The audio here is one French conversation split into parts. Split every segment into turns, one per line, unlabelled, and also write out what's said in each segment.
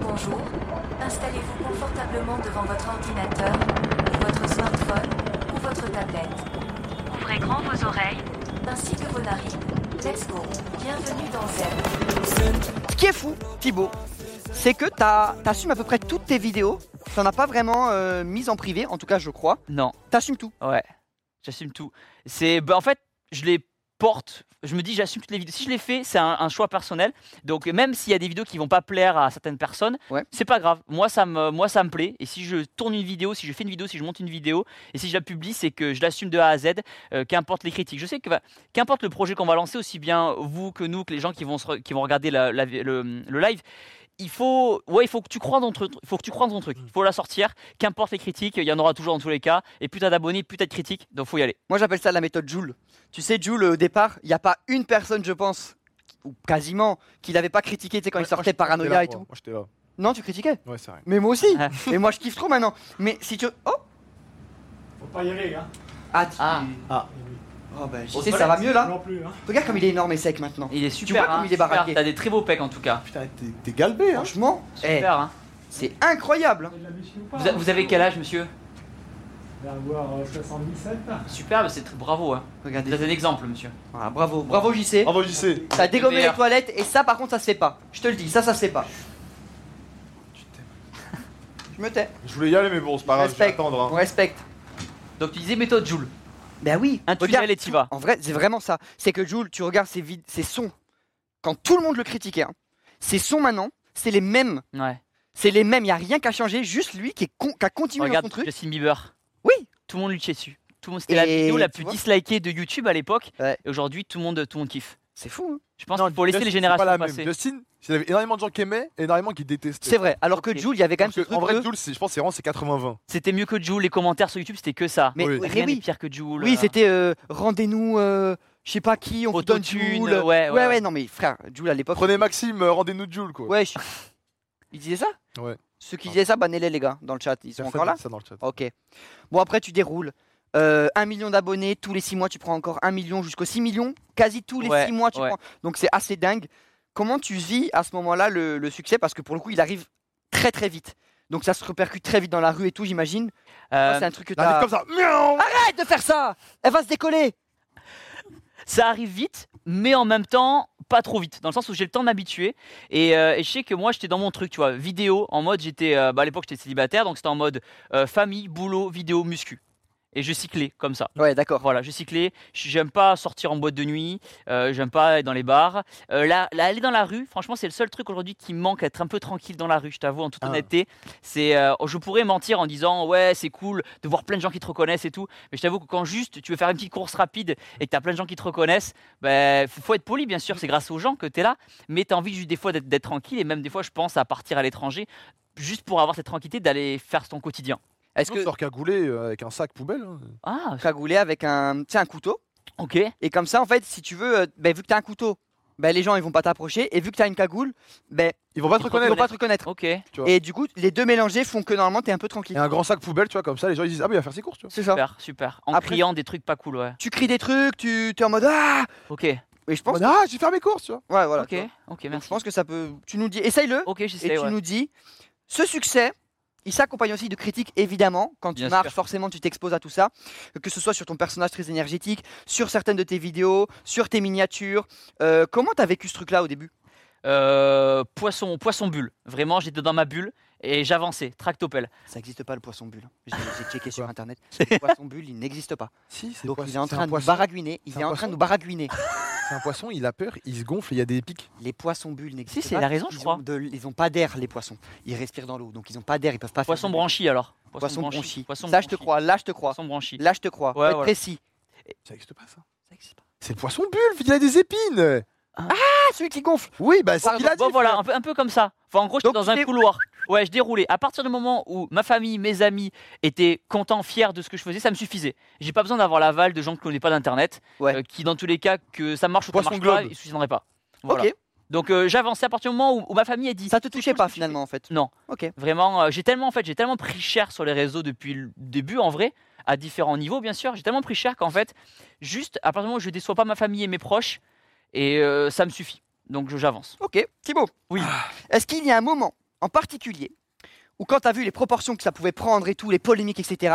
Bonjour, installez-vous confortablement devant votre ordinateur, ou votre smartphone ou votre tablette,
Ouvrez grand vos oreilles.
ainsi que vos narines. Let's go. Bienvenue dans Zen.
Ce qui est fou, Thibaut, c'est que t'as- t'assumes à peu près toutes tes vidéos. T'en as pas vraiment euh, mises en privé, en tout cas, je crois.
Non,
T'assumes tout.
ouais, j'assume tout. C'est, bah, en fait, je les porte. Je me dis, j'assume toutes les vidéos. Si je les fais, c'est un, un choix personnel. Donc même s'il y a des vidéos qui vont pas plaire à certaines personnes,
Ouais.
c'est pas grave. Moi, ça me, moi, ça me plaît. Et si je tourne une vidéo, si je fais une vidéo, si je monte une vidéo, et si je la publie, c'est que je l'assume de A à Z, euh, qu'importe les critiques. Je sais que, bah, qu'importe le projet qu'on va lancer, aussi bien vous que nous, que les gens qui vont, se re- qui vont regarder la- la- le, le live. Il faut, ouais, il faut que tu crois dans ton, tru- il faut que tu crois dans ton truc. Il faut la sortir, qu'importe les critiques, il y en aura toujours dans tous les cas. Et plus t'as d'abonnés, plus t'as de critiques, donc faut y aller.
Moi, j'appelle ça la méthode Joule. Tu sais, Joule, au départ, il n'y a pas une personne, je pense, ou quasiment, qui l'avait pas critiqué tu sais, quand Ah il hein. sortait Paranoia et tout.
Moi j'étais là.
Non, tu critiquais
Ouais, c'est vrai.
Mais moi aussi
Ah.
Et moi, je kiffe trop maintenant. Mais si tu. Oh
Faut pas y aller, hein.
Ah, tu-
Ah.
Oh, bah, j'y sais, ça va mieux là
Non plus, hein.
Regarde comme il est énorme et sec maintenant.
Il est
Tu vois
super,
comme
hein,
il est
super.
baraqué.
T'as des très beaux pecs en tout cas.
Putain, t'es- t'es galbé, hein.
Franchement, eh,
Super, hein.
c'est incroyable.
Il l'a mis chez nous pas,
Vous, a-
hein.
vous avez quel âge, monsieur
Il va avoir euh, 77. hein.
Superbe, c'est très bravo. Hein. Vous
Regardez.
êtes un exemple, monsieur.
Voilà, bravo, bravo JC.
Bravo, JC.
T'as dégommé
Super.
les toilettes et ça, par contre, ça se fait pas. Je te le dis, ça, ça se fait pas. Je me tais.
Je voulais y aller, mais bon, c'est pas grave, je vais
Respect.
attendre.
On
hein.
respecte.
Donc tu disais méthode Joule.
Ben oui.
Un tunnel
regarde,
et t'y vas.
En vrai, c'est vraiment ça. C'est que Jules, tu regardes ses, vid- ses sons. Quand tout le monde le critiquait, hein, ses sons maintenant, c'est les mêmes.
Ouais.
C'est les mêmes. Il a rien qu'à changer. Juste lui qui, est con- qui a continué dans
Regarde
son truc.
Justin Bieber.
Oui.
Tout le monde lui chie dessus. Tout le monde, c'était la
Et
vidéo la
tu
plus
vois
dislikée de YouTube à l'époque.
Ouais.
Et aujourd'hui, tout le monde, tout le monde kiffe.
C'est fou. hein.
Je pense
Non,
qu'il faut laisser
Justin,
les
c'est pas
générations
la
passer.
même. Justin, il y avait énormément de gens qui aimaient et énormément qui détestaient.
C'est vrai. Alors que
Ok.
Jules, il y avait quand même
Parce
ce
que,
truc
en vrai,
de-
Jules, c'est- je pense que c'est vraiment c'est 80-20.
C'était mieux que Joule. Les commentaires sur YouTube, c'était que ça.
Mais
Oui.
mais
Rien n'est
oui.
pire que Joule.
Oui, c'était euh, rendez-nous, euh, je sais pas qui, on vous donne
Autotune,
Jules.
ouais, ouais,
ouais,
ouais.
non mais frère, Jules à l'époque.
Prenez Maxime, euh, rendez-nous Jules, quoi.
Ouais, je- il disait ça
Ouais.
Ceux qui disaient ça, bannez-les les gars dans le chat. Ils sont
Personne
encore là
dit ça dans le chat.
Ok. Bon, après, tu déroules. Euh, 1 million d'abonnés, tous les 6 mois, tu prends encore 1 million jusqu'aux 6 millions. Quasi tous les
Ouais,
6 mois, tu
ouais.
prends. Donc, c'est assez dingue. Comment tu vis à ce moment-là le, le succès Parce que pour le coup, il arrive très très vite. Donc, ça se répercute très vite dans la rue et tout, j'imagine.
Euh,
Ça, Oh, c'est un truc que tu
T'arrives
as.
comme ça. Miaou
Arrête de faire ça Elle va se décoller
ça arrive vite, mais en même temps, pas trop vite, dans le sens où j'ai le temps de m'habituer. Et, euh, et je sais que moi, j'étais dans mon truc, tu vois, vidéo, en mode, j'étais, euh, bah, à l'époque, j'étais célibataire, donc c'était en mode euh, famille, boulot, vidéo, muscu. Et je cyclais comme ça.
Ouais, d'accord.
Voilà, je cyclais. J- J'aime pas sortir en boîte de nuit. euh, J'aime pas être dans les bars. Euh, là, là, aller dans la rue, franchement, c'est le seul truc aujourd'hui qui me manque, être un peu tranquille dans la rue. Je t'avoue, en toute
Ah.
honnêteté, c'est. euh, je pourrais mentir en disant ouais, c'est cool de voir plein de gens qui te reconnaissent et tout. Mais je t'avoue que quand juste tu veux faire une petite course rapide et que t'as plein de gens qui te reconnaissent, ben faut, faut être poli, bien sûr. C'est grâce aux gens que t'es là. Mais t'as envie juste des fois d'être d'être tranquille et même des fois, je pense à partir à l'étranger juste pour avoir cette tranquillité d'aller faire ton quotidien.
Est-ce
Sinon, tu
que
sors cagoulé euh, avec un sac poubelle. hein.
Ah,
cagoulé avec un, tu sais, un couteau
ok.
Et comme ça, en fait, si tu veux, euh, ben, vu que t'as un couteau, ben, les gens ils vont pas t'approcher. Et vu que t'as une cagoule, ben,
Ils vont pas
Ils
te
vont
ils
reconnaître.
vont pas te reconnaître.
Ok.
pas-
Et du coup, les deux mélangés font que normalement t'es un peu
Et
tranquille.
un grand sac poubelle, tu vois, comme ça, les gens ils disent Ah, mais il va faire ses courses, tu vois.
C'est ça.
Super, super. En
Après-
criant des trucs pas cool, ouais.
Tu cries des trucs, tu es en mode ah.
Ok,
Et je pense,
En mode, Ah, j'ai fait mes courses, tu vois.
ouais, voilà.
ok,
tu vois.
ok,
Donc, Je
merci.
pense que ça peut. Tu nous dis, essaye-le
Ok,
et
j'essaie,
tu
ouais.
nous dis. Ce succès, il s'accompagne aussi de critiques évidemment. Quand tu
Bien
marches,
sûr.
forcément, tu t'exposes à tout ça, que ce soit sur ton personnage très énergétique, sur certaines de tes vidéos, sur tes miniatures. Euh, comment t'as vécu ce truc-là au début
Euh, poisson, poisson bulle. Vraiment, j'étais dans ma bulle et j'avançais, tractopelle.
Ça n'existe pas le poisson bulle. J'ai j'ai checké sur
Quoi
internet. Le poisson bulle, il n'existe pas.
Si, c'est
Donc
poisson-
il est en
c'est un
train de nous
poisson.
baragouiner. Il
C'est
est
un
en train de nous baragouiner.
C'est un poisson, il a peur, il se gonfle, il y a des pics.
Les poissons bulles n'existent
Si, c'est-
pas.
il a raison,
ils
je
ont
crois.
de l- ils ont pas d'air, les poissons. Ils respirent dans l'eau, donc ils ont pas d'air, ils peuvent pas
Poisson
faire.
branchi alors.
Poisson
branchi,
bronchi.
Poisson
Là, je te
branchi,
crois, là, je te crois.
Poisson branchi.
Là, je te crois. Faut
Ouais,
être
voilà.
précis.
Ça existe pas, ça. C'est le poisson bulle, il a des épines.
Ah, celui qui gonfle
Oui, bah c'est ce qu'il a dit.
Bon, voilà,
frère.
un peu, un peu comme ça. Enfin, en gros, j'étais
Donc,
dans
tu
un
t'es-
couloir. Ouais, je déroulais. À partir du moment où ma famille, mes amis étaient contents, fiers de ce que je faisais, ça me suffisait. J'ai pas besoin d'avoir l'aval de gens qui connaissent pas d'internet, euh,
Ouais.
qui dans tous les cas que ça marche ou
Poisson
ça marche pas,
globe.
ils se soucieraient pas. Voilà.
Ok.
Donc euh, j'avançais à partir du moment où, où ma famille a dit
Ça te touchait
cool ce
pas
que tu fais.
finalement en fait.
Non.
Ok.
Vraiment, euh, j'ai tellement en fait, j'ai tellement pris cher sur les réseaux depuis le début en vrai, à différents niveaux bien sûr. J'ai tellement pris cher qu'en fait, juste à partir du moment où je déçois pas ma famille et mes proches, et euh, ça me suffit. Donc je- j'avance.
Ok, Thibaut.
Oui.
Ah.
Est-ce qu'il y a un moment en particulier où, quand tu as vu les proportions que ça pouvait prendre et tout, les polémiques, etc.,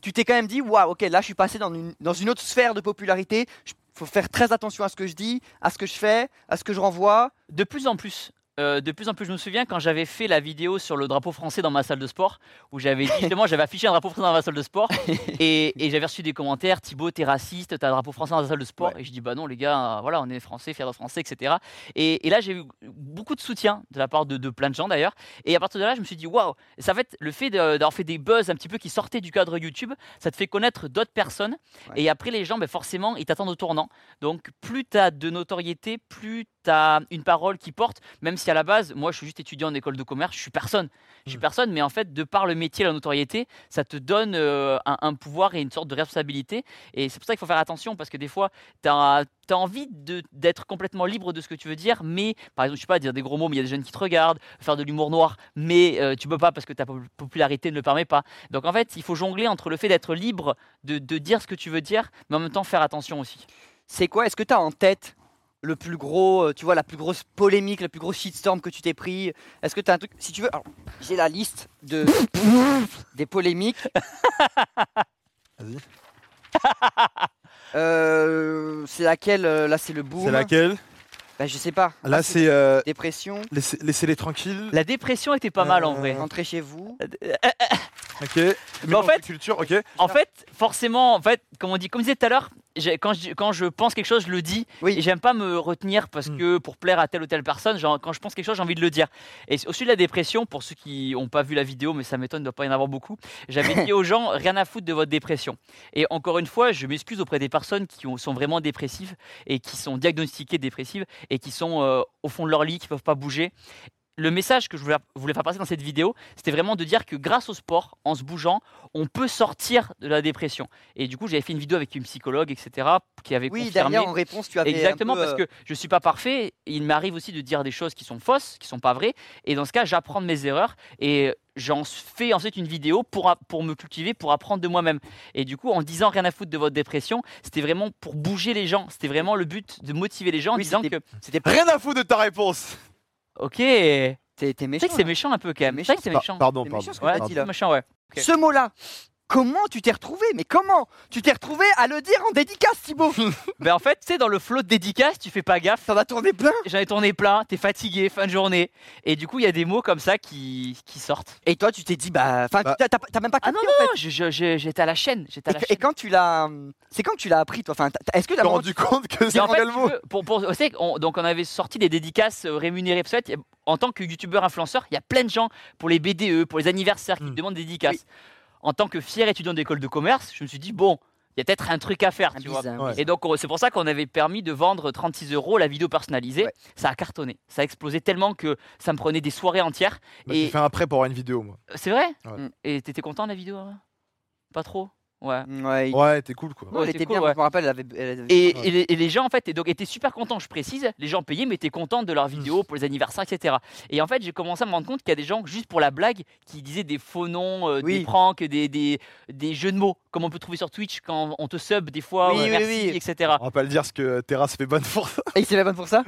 tu t'es quand même dit waouh, ok, là je suis passé dans une, dans une autre sphère de popularité, il faut faire très attention à ce que je dis, à ce que je fais, à ce que je renvoie.
De plus en plus. euh, de plus en plus, je me souviens quand j'avais fait la vidéo sur le drapeau français dans ma salle de sport, où j'avais dit, justement, j'avais affiché un drapeau français dans ma salle de sport, et, et j'avais reçu des commentaires Thibaut, t'es raciste, t'as un drapeau français dans ta salle de sport, et je dis bah non les gars, euh, voilà, on est français, fiers de français, etc. Et, et là j'ai eu beaucoup de soutien de la part de, de plein de gens d'ailleurs, et à partir de là je me suis dit waouh, ça va être le fait de- d'avoir fait des buzz un petit peu qui sortaient du cadre YouTube, ça te fait connaître d'autres personnes,
Ouais.
et après les gens, ben, forcément, ils t'attendent au tournant. Donc plus tu as de notoriété, plus tu as une parole qui porte, même si à la base, moi je suis juste étudiant en école de commerce, je suis personne. Je suis personne, mais en fait, de par le métier, la notoriété, ça te donne euh, un, un pouvoir et une sorte de responsabilité. Et c'est pour ça qu'il faut faire attention, parce que des fois, tu as, envie de- d'être complètement libre de ce que tu veux dire, mais par exemple, je sais pas, dire des gros mots, mais il y a des jeunes qui te regardent, faire de l'humour noir, mais euh, tu peux pas parce que ta pop- popularité ne le permet pas. Donc en fait, il faut jongler entre le fait d'être libre de- de dire ce que tu veux dire, mais en même temps faire attention aussi.
C'est quoi Est-ce que tu as en tête le plus gros, euh, tu vois, la plus grosse polémique, le plus gros shitstorm que tu t'es pris Est-ce que tu as un truc Si tu veux, alors, j'ai la liste de des polémiques.
Vas-y.
Euh, c'est laquelle euh, Là, c'est le boom.
C'est laquelle
Bah, je sais pas.
Là, c'est. euh,
Dépression,
laissez- Laissez-les tranquilles.
La dépression était pas mal en vrai.
Euh, rentrez chez vous.
Ok. Mais
en fait-
Culture, ok.
En fait, forcément, en fait, comme on dit, comme je disais tout à l'heure, j'ai- quand je, quand je pense quelque chose, je le dis.
Oui. Hmm.
Et j'aime pas me retenir parce
Mm.
que pour plaire à telle ou telle personne, genre, quand je pense quelque chose, j'ai envie de le dire. Et au sujet de la dépression, pour ceux qui n'ont pas vu la vidéo, mais ça m'étonne, il ne doit pas y en avoir beaucoup, j'avais dit aux gens, rien à foutre de votre dépression. Et encore une fois, je m'excuse auprès des personnes qui ont- sont vraiment dépressives et qui sont diagnostiquées dépressives et qui sont euh, au fond de leur lit, qui ne peuvent pas bouger. Le message que je voulais- voulais faire passer dans cette vidéo, c'était vraiment de dire que grâce au sport, en se bougeant, on peut sortir de la dépression. Et du coup, j'avais fait une vidéo avec une psychologue, etc., qui avait
Oui,
confirmé.
derrière en réponse, tu avais un
Exactement,
peu,
parce
euh,
que je suis pas parfait. Il m'arrive aussi de dire des choses qui sont fausses, qui sont pas vraies. Et dans ce cas, j'apprends de mes erreurs et j'en fais ensuite une vidéo pour, a- pour me cultiver, pour apprendre de moi-même. Et du coup, en disant rien à foutre de votre dépression, c'était vraiment pour bouger les gens. C'était vraiment le but de motiver les gens en
Oui,
disant que,
c'était- c'était pas.
Rien à foutre de ta réponse.
ok, c'est
T'es t'es méchant.
sais que c'est
là.
méchant un peu quand même.
C'est
C'est vrai que c'est
Pa-
méchant.
pardon,
C'est
pardon.
méchant ce que
Ouais,
t'as dit,
c'est
là.
méchant, ouais. Ok.
Ce mot-là, comment tu t'es retrouvé Mais comment Tu t'es retrouvé à le dire en dédicace, Thibaut
Ben en fait, tu sais, dans le flot de dédicaces, tu fais pas gaffe.
T'en as tourné plein
J'en ai tourné plein, t'es fatigué, fin de journée. Et du coup, il y a des mots comme ça qui, qui sortent.
Et toi, tu t'es dit, bah. Enfin,
Bah.
t'as- t'as t'as même pas
Ah
compris
non,
en fait.
non, je- je- je- j'étais à la chaîne. J'étais à la
Et, et
chaîne.
quand tu l'as. hum, C'est quand que tu l'as appris, toi Enfin, t'as- t'as- est-ce que
Je
t'as
me suis rendu compte que
Et
c'est
en fait,
quel
tu
mot
veux, pour, pour, vous savez qu'on- donc on avait sorti des dédicaces euh, rémunérées. Parce que, en tant que youtubeur influenceur, il y a plein de gens pour les BDE, pour les anniversaires qui
Mm.
te demandent des dédicaces. En tant que fier étudiant d'école de commerce, je me suis dit, bon, il y a peut-être un truc à faire,
Un
tu vois.
bizarre,
Ouais.
bizarre.
Et donc, on- c'est pour ça qu'on avait permis de vendre 36 euros la vidéo personnalisée.
Ouais.
Ça a cartonné. Ça a explosé tellement que ça me prenait des soirées entières.
Bah, J'ai
et-
fait un prêt pour avoir une vidéo, moi.
Euh, C'est vrai
Ouais.
Mm.
Et t'étais content de la vidéo hein Pas trop Ouais.
Ouais, il-
Ouais, t'es cool, quoi.
non, elle
c'est
était
cool,
bien,
ouais.
je me rappelle, elle avait. elle avait-
Et,
Ouais.
et les, et les gens, en fait, et donc, étaient super contents, je précise. Les gens payaient, mais étaient contents de
Mm.
leurs vidéos pour les anniversaires, etc. Et en fait, j'ai commencé à me rendre compte qu'il y a des gens, juste pour la blague, qui disaient des faux noms, euh,
Oui.
des pranks, des, des, des jeux de mots, comme on peut trouver sur Twitch quand on te sub des fois,
Oui,
euh,
oui,
merci,
oui.
etc.
On va pas le dire ce que Terra se fait bonne pour ça.
Et il s'est la bonne pour ça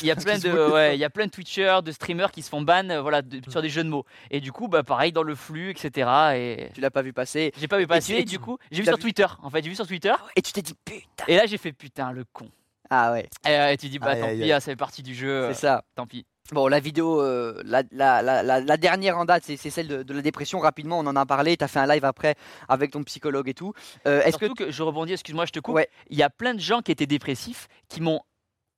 Il y a plein de, ouais, il y a plein de Twitchers, de streamers qui se font ban, euh, voilà,
Mm.
de- sur des jeux de mots. Et du coup, bah, pareil dans le flux, etc. Et
Tu l'as pas vu passer.
j'ai pas vu passer.
et tu-
du coup, j'ai vu
t'as
sur
vu- Ah
Twitter. En fait, j'ai vu sur Twitter.
Et tu t'es dit, putain
Et là, j'ai fait putain le con.
Ah ouais,
Et, euh, et tu dis bah
Aïe,
tant
aïe,
pis,
aïe.
ah, ça fait partie du jeu. euh,
c'est ça.
Tant pis.
Bon, la vidéo, euh, la, la- la- la- la dernière en date, c'est c'est celle de, de la dépression. Rapidement, on en a parlé. T'as fait un live après avec ton psychologue et tout. Euh, Est-ce que
Surtout que... je rebondis, excuse-moi, je te coupe.
Ouais.
Il y a plein de gens qui étaient dépressifs qui m'ont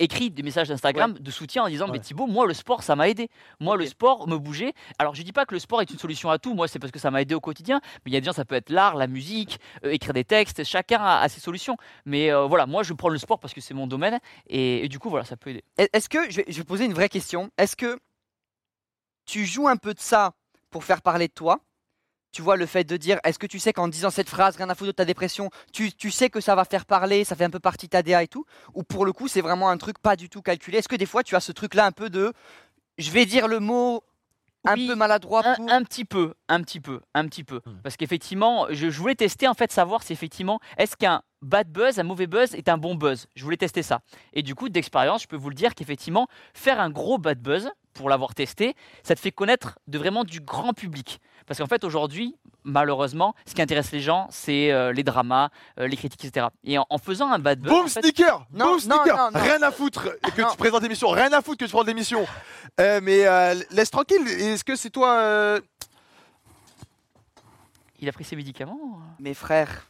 écrit des messages d'Instagram de soutien en disant mais
Ouais.
Thibaut moi le sport ça m'a aidé moi le
Ok.
sport me bougeait alors je dis pas que le sport est une solution à tout moi c'est parce que ça m'a aidé au quotidien mais il y a des gens ça peut être l'art la musique euh, écrire des textes chacun a, a ses solutions mais euh, voilà moi je prends le sport parce que c'est mon domaine et, et du coup voilà ça peut aider
Est- Est-ce que, je vais, je vais poser une vraie question, est-ce que tu joues un peu de ça pour faire parler de toi Tu vois, le fait de dire, est-ce que tu sais qu'en disant cette phrase, rien à foutre de ta dépression, tu, tu sais que ça va faire parler, ça fait un peu partie de ta DA et tout Ou pour le coup, c'est vraiment un truc pas du tout calculé Est-ce que des fois, tu as ce truc-là un peu de, je vais dire le mot un
Oui,
peu maladroit
un,
pour...
un petit peu, un petit peu, un petit peu. Parce qu'effectivement, je, je voulais tester en fait savoir si effectivement est-ce qu'un bad buzz, un mauvais buzz est un bon buzz. Je voulais tester ça. Et du coup, d'expérience, je peux vous le dire qu'effectivement, faire un gros bad buzz pour l'avoir testé, ça te fait connaître de vraiment du grand public. Parce qu'en fait, aujourd'hui, malheureusement, ce qui intéresse les gens, c'est euh, les dramas, euh, les critiques, etc. Et en, en faisant un bad buzz,
Boom
en fait,
sneaker
Bah, Non,
Boom
non,
sneaker
non, non.
Rien à foutre que
Non.
tu présentes l'émission, rien à foutre que tu présentes l'émission. Euh, mais euh, laisse tranquille, est-ce que c'est toi... euh,
il a pris ses médicaments.
Mais frère,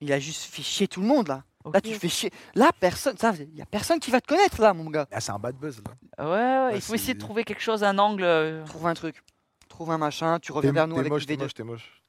il a juste fait chier tout le monde là.
Ok.
Là, tu fais chier. Là, personne. Ça, y a personne qui va te connaître là, mon gars.
Ah, c'est un bad buzz. là.
Ouais, ouais, il
Ouais,
faut essayer de
c'est-
trouver quelque chose, un angle. euh,
Trouve un truc. Trouve un machin. Tu
T'es
reviens vers nous
t'es
avec
moche,
des
t'es
deux.
moche, t'es moche.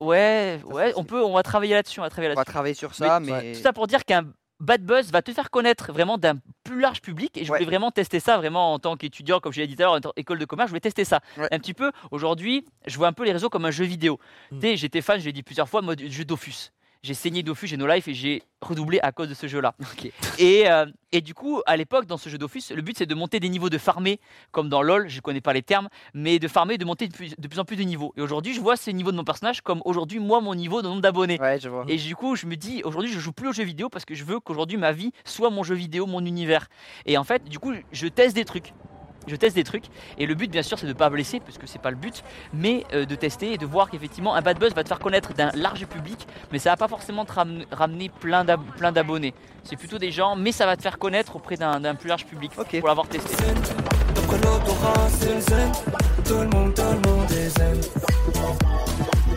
Ouais,
ça,
ouais,
c'est-
on peut, on va travailler là-dessus, on va travailler
On
là-dessus.
va travailler sur ça,
Mais-
mais.
Tout ça pour dire qu'un bad buzz va te faire connaître vraiment d'un plus large public. Et je
Ouais.
voulais vraiment tester ça, vraiment en tant qu'étudiant, comme je l'ai dit tout à l'heure, en tant qu'école de commerce, je voulais tester ça.
Ouais.
Un petit peu, aujourd'hui, je vois un peu les réseaux comme un jeu vidéo.
Hmm.
Tu sais, j'étais fan, je l'ai dit plusieurs fois, mode jeu Dofus. J'ai saigné Dofus et No Life et j'ai redoublé à cause de ce jeu-là.
Ok.
Et, euh, et du coup, à l'époque, dans ce jeu Dofus, le but c'est de monter des niveaux de farmer, comme dans LoL, je connais pas les termes, mais de farmer, de monter de plus, de plus en plus de niveaux. Et aujourd'hui, je vois ces niveaux de mon personnage comme aujourd'hui, moi, mon niveau de nombre d'abonnés.
Ouais, je vois.
Et du coup, je me dis, aujourd'hui, je joue plus aux jeux vidéo parce que je veux qu'aujourd'hui, ma vie soit mon jeu vidéo, mon univers. Et en fait, du coup, je teste des trucs. Je teste des trucs. Et le but, bien sûr, c'est de ne pas blesser, parce que c'est pas le but, mais euh, de tester et de voir qu'effectivement, un bad buzz va te faire connaître d'un large public, mais ça va pas forcément te ram- ramener plein d'ab- plein d'abonnés. C'est plutôt des gens, mais ça va te faire connaître auprès d'un d'un plus large public
Ok.
pour l'avoir testé.
Donc l'odorat c'est le zen Tout le monde, tout le monde est zen